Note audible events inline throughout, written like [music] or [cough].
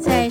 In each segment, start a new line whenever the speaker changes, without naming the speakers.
在“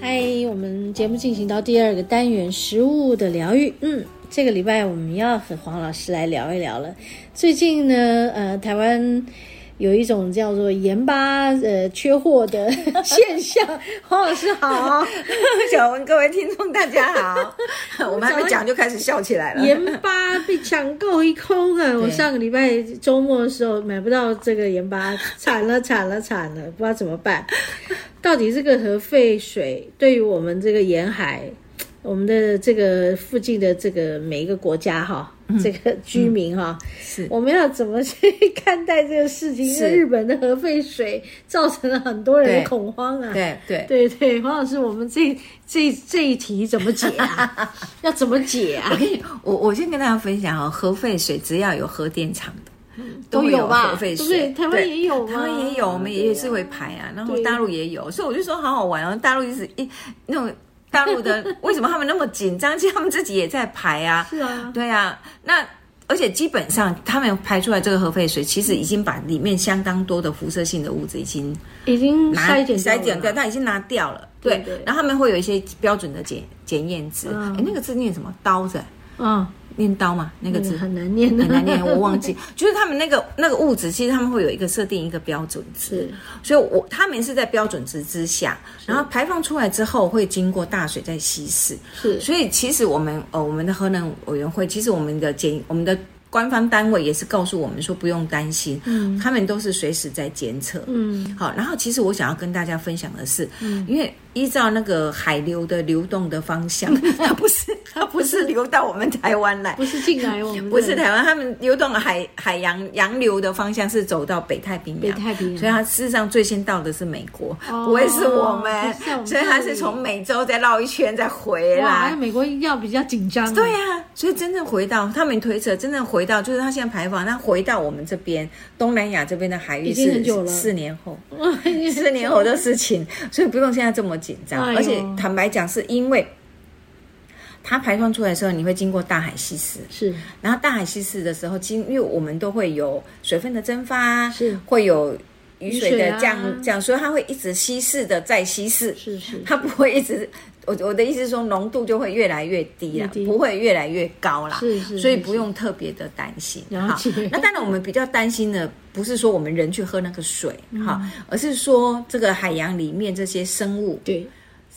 嗨，我们节目进行到第二个单元——食物的疗愈。嗯，这个礼拜我们要和黄老师来聊一聊了。最近呢，呃，台湾有一种叫做盐巴呃缺货的 [laughs] 现象。黄老师好，
小文，各位听众大家好，我们还没讲就开始笑起来了。
盐巴被抢购一空啊！我上个礼拜周末的时候买不到这个盐巴，惨了惨了惨了，不知道怎么办。 [laughs] 到底这个核废水对于我们这个沿海、我们的这个附近的这个每一个国家哈，这个居民哈，
嗯是
我们要怎么去看待这个事
[laughs]
情？因为
是
日本的核废水造成了很多人
对
的恐慌啊。
对对，
对对，黄老师，我们这这这一题怎么解
[laughs]
啊？要怎么解啊？
我我先跟大家分享哦，核废水只要有核电厂的，
嗯都
会
有吧
核废水，
对不对台湾也有
台
吗
湾也有，我们
哦对啊
也是会排啊，然后
对
大陆也有，所以我就说好好玩哦，大陆一直一那种大陆
[laughs]
的为什么他们那么紧张？其实他们自己也在排啊，
是啊，
对啊，那而且基本上他们排出来这个核废水，其实已经把里面相当多的辐射性的物质已经
已经
拿
筛检掉了
筛检掉，它已经拿掉了。
对
对，
对
然后他们会有一些标准的检检验值，哎、
嗯
那个字念什么？刀子，啊
嗯，
念刀嘛，那个字、
很难念的，
很难念，我忘记。 [laughs] 就是他们那个那个物质，其实他们会有一个设定一个标准值，
是
所以我他们是在标准值之下，然后排放出来之后会经过大水再稀释，
是
所以其实我们呃我们的核能委员会，其实我们的检我们的官方单位也是告诉我们说不用担心，
嗯
他们都是随时在监测，
嗯
好，然后其实我想要跟大家分享的是，
嗯
因为依照那个海流的流动的方向， [laughs] 它不是它不是流到我们台湾来，
不是进来我们的
不是台湾，他们流动的海海洋洋流的方向是走到北太平
北
洋。
太平洋，
所以它事实上最先到的是美国，
哦
不会是我
不
们
是在我，们
所以它
这里
是从美洲再绕一圈再回
哇，
来
那。美国要比较紧张啊， [laughs]
对呀、所以真正回到他们推测，真正回到就是它现在排放，那回到我们这边东南亚这边的海
已
域
经很
是
久了
四年
[laughs]
后。
哇，
四年后的事情，所以不用现在这么紧张。
哎呦
而且坦白讲，是因为它排放出来的时候，你会经过大海稀释，
是
然后大海稀释的时候，经因为我们都会有水分的蒸发，
是
会有雨水
雨水
的
啊
降降，所以它会一直稀释的再稀释，
是是，
它不会一直。我我的意思是说，浓度就会越来越低啦，
越低
不会越来越高啦，
是是
所以
是
不用特别的担心。
了解
那当然我们比较担心的不是说我们人去喝那个水哈、
嗯
而是说这个海洋里面这些生物
对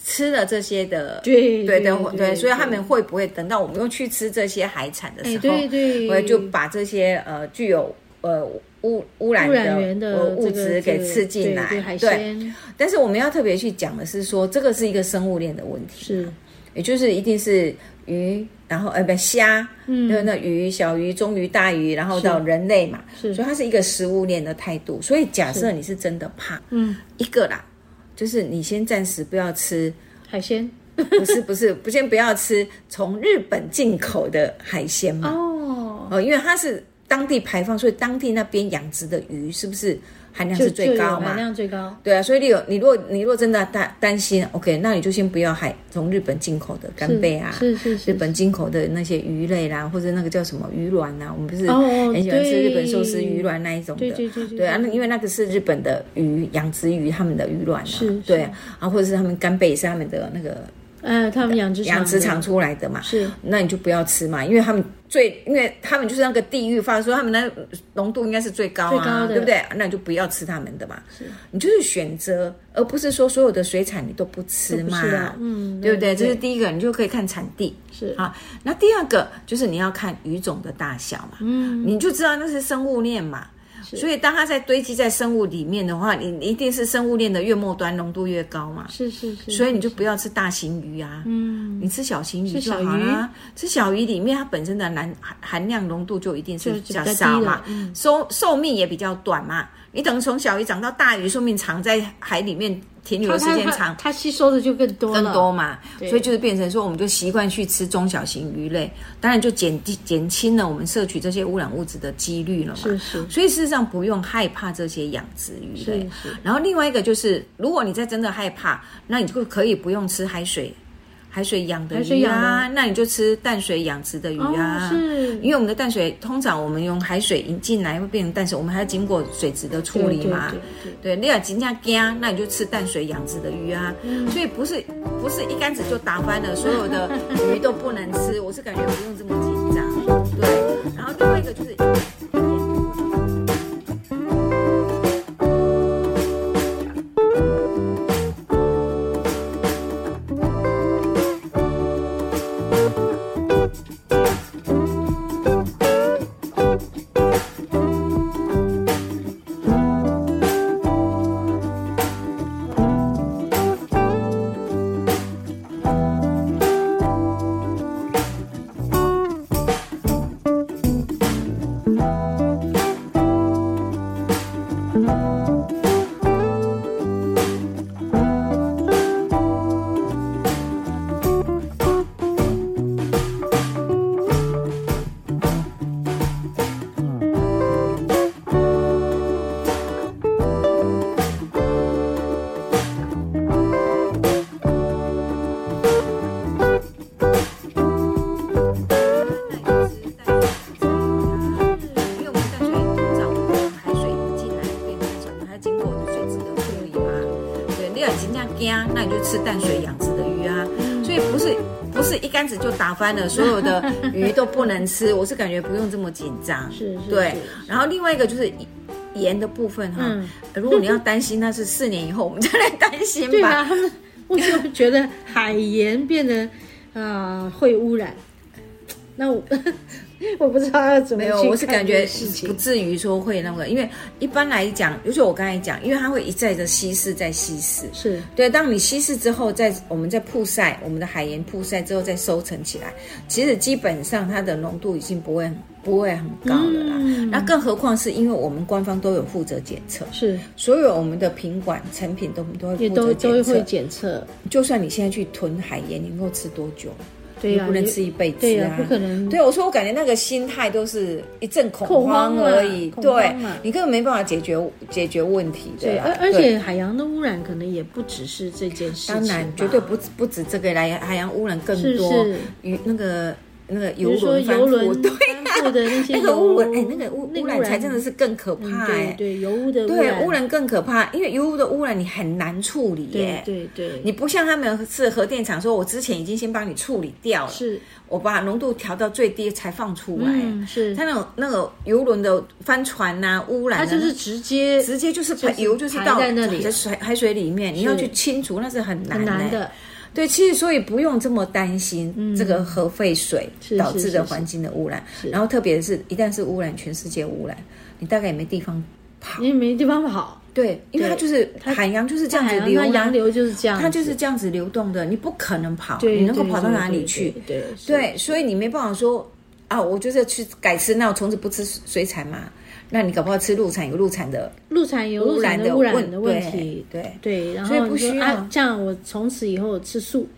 吃了这些的，
对
对的对所以他们会不会等到我们又去吃这些海产的时
哎
候，
对对，
我就把这些呃具有呃污污染
污染源
的呃
的
物
这个
质给
这个
吃进
对
来，
对海鲜
但是我们要特别去讲的是说，这个是一个生物链的问题，
是
也就是一定是鱼，然后呃不虾，
嗯
那那鱼、小鱼、中鱼、大鱼，然后
是
到人类嘛，
是
所以它是一个食物链的态度。所以假设你是真的怕
嗯
一个啦，就是你先暂时不要吃，
海鲜
[laughs] 不是不是，不先不要吃从日本进口的海鲜嘛，
哦，
哦，因为它是当地排放，所以当地那边养殖的鱼是不是含量
就是
最高
就有
嘛
含？量最高，
对啊，所以你有你如果你如果真的担担心，OK，那你就先不要海从日本进口的干
是
贝啊，
是是是
日本进口的那些鱼类啦，或者那个叫什么鱼卵啊，我们不是
哦哦
很喜欢吃
对
日本寿司鱼卵那一种的。
对对对对
对啊，那因为那个是日本的鱼养殖鱼，他们的鱼卵啊，
是
对啊，啊或者是他们干贝也是他们的那个
呃，他们养殖
养殖
的
场出来的嘛，
是
那你就不要吃嘛，因为他们最，因为他们就是那个地域发说他们那浓度应该是最高啊，
最高的
对不对？那你就不要吃他们的嘛，你就是选择，而不是说所有的水产你都不吃
不
嘛，
是的，嗯，
对不对？这是第一个，你就可以看产地
是
啊。那第二个就是你要看鱼种的大小嘛，
嗯
你就知道那是生物链嘛。所以，当它在堆积在生物里面的话，你你一定是生物链的越末端浓度越高嘛，
是是是，
所以你就不要吃大型鱼啊。
嗯
你吃小型
吃
鱼就
小
好啦，吃小鱼里面它本身的含含含量浓度就一定是
就
比较
比较
少
低
嘛
了，嗯
寿寿命也比较短嘛。你等从小鱼长到大鱼，说明藏在海里面停留
它
的时
它
间
它
长。
它吸收的就更多了，
更多嘛，
对
所以就是变成说，我们就习惯去吃中小型鱼类，当然就减低减轻了我们摄取这些污染物质的几率了嘛。
是是
所以事实上不用害怕这些养殖鱼
是
类。
是，
然后另外一个就是，如果你在真的害怕，那你就可以不用吃海水海水养的
海水
鱼
养
啊
的，
那你就吃淡水养殖的鱼啊。
哦是
因为我们的淡水通常我们用海水引进来会变成淡水，我们还要经过水质的处理嘛。
对对对
对，
对
你要真正惊，那你就吃淡水养殖的鱼啊。
嗯
所以不是不是一竿子就打翻了，所有的鱼都不能吃。我是感觉不用这么紧张。对，然后另外一个就是。因为我们淡水通常我们海水一进来变淡水，我们还要经过水质的处理嘛。对，你要真正惊，那你就吃淡水养殖的鱼啊。所以不是不是一竿子就打翻了，所有的鱼都不能吃。我是感觉不用这么紧张。
是是
对
是。
然后另外一个就是盐的部分哈、
嗯
如果你要担心，那是四年以后我们再来担心
对啊，
吧。
他们为什么觉得海盐变得啊、呃会污染？那我我不知道要怎么
没
去
有，我是
看
感
这个
觉
事
不
情
至于说会那个，因为一般来讲，尤其我刚才讲，因为它会一再的稀释，再稀释。
是
对，当你稀释之后，再我们再曝晒，我们的海盐曝晒之后再收成起来，其实基本上它的浓度已经不会很不会很高了啦。
嗯
那更何况是因为我们官方都有负责检测，
是，
所有我们的品管成品都我们都会
也
负责
都都
检
会
测。
检测，
就算你现在去囤海盐，你能够吃多久？
对呀、
你不能
也
吃一辈子、啊，
对呀、不可能
对，我说我感觉那个心态都是一阵恐
恐
慌
慌嘛
而已，
恐
对
慌嘛
你根本没办法解决解决问题
对，
的啊、
而而
对
且海洋的污染可能也不只是这件事情
当
吧，
然绝对不不止这个来海洋污染更
是
多，
是，
与那个那个
比
游
如说
轮翻
游
覆
轮
对
翻覆的啊那
[laughs]
些
那个
油
污染，哎，那个污
那
污染才真的是更可
嗯
怕
对
哎、
对，油污的
对，污染更可怕，因为油污的污染你很难处理
对
耶。
对对，
你不像他们是核电厂，说我之前已经先帮你处理掉了，
是
我把浓度调到最低才放出来。
嗯是，
它那种那个游轮的帆船呐、污染、啊，
它就是直接
直接就是
就是
排油，就是
排
到
在那里
海水海水里面，你要
是
去清除那是很难、
很难
欸
的，
对，其实所以不用这么担心
嗯
这个核废水
是
导
是
致
是
的环境的污染，
是
然后特别是一旦是污染，全世界污染，你大概也没地方跑。
你也没地方跑。
对，因为它就是
它
海洋就是这样
海
子
洋
流
它洋
啊，
流就是这样子，
它就是这样子流动的，你不可能跑，
对，
你能够
对
跑到
对
哪里
对
去？
对对是
对，所以你没办法说啊，我就是去改吃，那我从此不吃水产嘛。那你搞不好吃陆产，有陆产的
陆产有陆产
的
的污染的问
对
题，
对
对，然
所以
后
不
你
需
说
要
啊，这样我从此以后
[laughs]
吃素，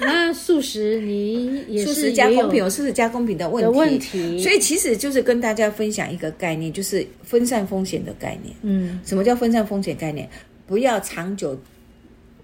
那素食你也
素
是
食加
也有
工品有哦素食加工品的问
的
题。
问题，
所以其实就是跟大家分享一个概念，就是分散风险的概念。
嗯，
什么叫分散风险概念？不要长久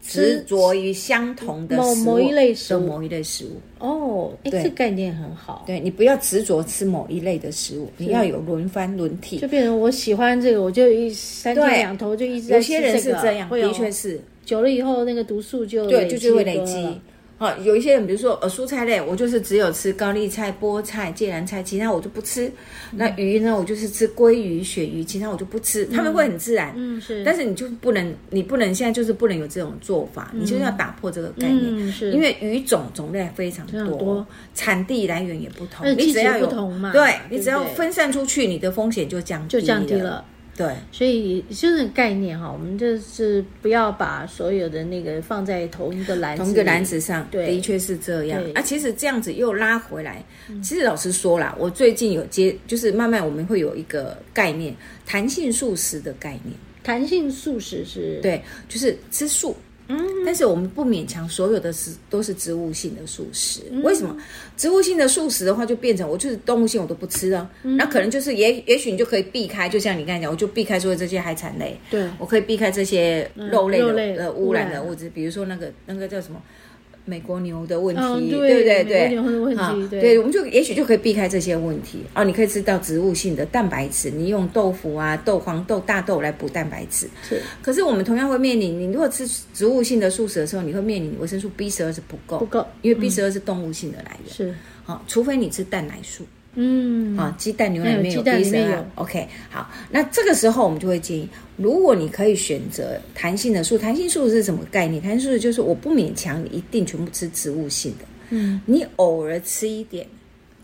执着于相同的
某
食物
某一类食
的
物
某一类食物。
哦，哎，
对
这概念很好，
对你不要执着吃某一类的食物，你要有轮番轮替
就。变成我喜欢这个，我就一三天
对
两头就一直在
有
吃
些人是
个
这样，
会有哦
的确是。
久了以后那个毒素就
对，就是会累
多了
积。好、有一些人，比如说呃蔬菜类，我就是只有吃高丽菜、菠菜、芥蓝菜，其他我就不吃。那
嗯
鱼呢，我就是吃鲑鱼、鳕鱼，其他我就不吃。他们会很自然，
嗯是，
但是你就不能，你不能现在就是不能有这种做法，你就是要打破这个概念。
嗯是，
因为鱼种种类非常
非常
多，
多
产地来源也不同，
而且
你
季
只
节
要有
不同嘛
对
对不
你只要
对
分散出去，你的风险就降低
就降低了。
对，
所以就是概念哈，我们就是不要把所有的那个放在同一个篮子里，
同一个篮子上，
对
的确是这样
对。嗯
啊，其实这样子又拉回来。其实老实说啦，我最近有接，就是慢慢我们会有一个概念，弹性素食的概念。
弹性素食是，
对，就是吃素。嗯，但是我们不勉强所有的食都是植物性的素食。
嗯
为什么？植物性的素食的话，就变成我就是动物性我都不吃啊。
嗯
那可能就是也也许你就可以避开，就像你刚才讲，我就避开所有这些海产类，
对
我可以避开这些肉类
嗯肉
的、
类
呃
污
污染
染
的物质，比如说那个那个叫什么美国牛的问题，
嗯
对不对？对，
美国牛的问题
啊
对
对，我们就也许就可以避开这些问题啊。你可以吃到植物性的蛋白质，你用豆腐啊、豆黄豆、大豆来补蛋白质。
是
可是我们同样会面临，你如果吃植物性的素食的时候，你会面临维生素 B 十二是不够，
不够嗯
因为 B 十二是动物性的来源。
是，
好、除非你吃蛋奶素
嗯，
啊，鸡蛋、牛奶里面有
那有
B
鸡
十
蛋里面
二
有。
啊 OK，好，那这个时候我们就会建议，如果你可以选择弹性的素，弹性素是什么概念？弹性素就是我不勉强你一定全部吃植物性的，
嗯
你偶尔吃一点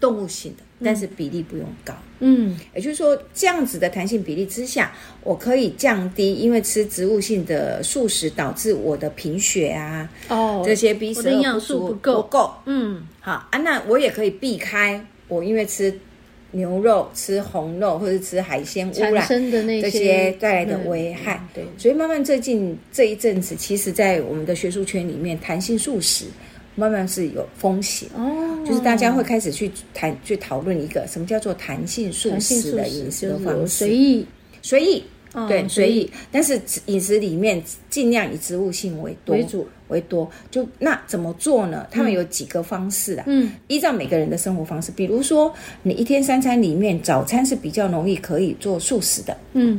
动物性的，但是比例不用高。
嗯
也就是说，这样子的弹性比例之下，我可以降低因为吃植物性的素食导致我的贫血啊，
哦，
这些 B
我
十
的营养素不够
不够。
嗯
好啊，那我也可以避开我因为吃牛肉、吃红肉或者吃海鲜污
产
染
生的那
这
些
些带来的
嗯
危害。
嗯对
所以慢慢最近这一阵子，其实，在我们的学术圈里面，弹性素食慢慢是有风险。
哦，
就是大家会开始去谈、去讨论一个什么叫做弹性素
哦弹性
食
素
的
食
饮食
就
的
是
方
我
式，
随意，
随意，
哦
对，随意。但是饮食里面尽量以植物性为多
为主
为多。就那怎么做呢？他们有几个方式啊。
嗯
依照每个人的生活方式，比如说你一天三餐里面，早餐是比较容易可以做素食的
嗯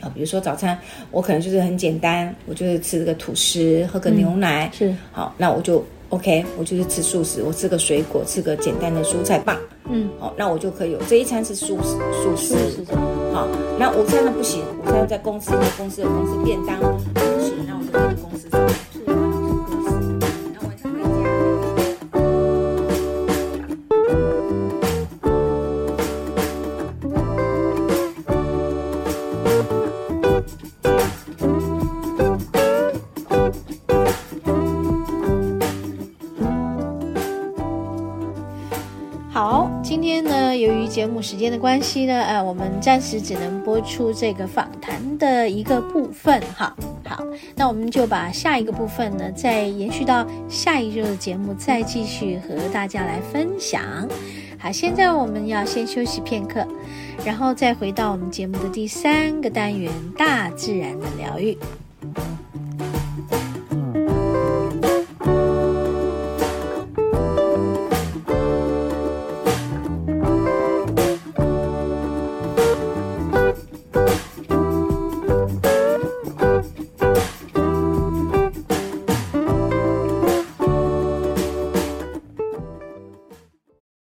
啊。比如说早餐，我可能就是很简单，我就是吃个吐司，喝个牛奶，
嗯是
好，那我就 OK，我就是吃素食，我吃个水果，吃个简单的蔬菜棒，
嗯，
好，那我就可以有这一餐是素食，素食
素，食嗯这样
好，那午餐呢不行，午餐在公司，公司有公司便当，不行，那我就回公司上班，
是
公司，那晚上回家。
好，今天呢，由于节目时间的关系呢，呃，我们暂时只能播出这个访谈的一个部分哈。好，那我们就把下一个部分呢，再延续到下一周的节目，再继续和大家来分享。好，现在我们要先休息片刻，然后再回到我们节目的第三个单元——大自然的疗愈。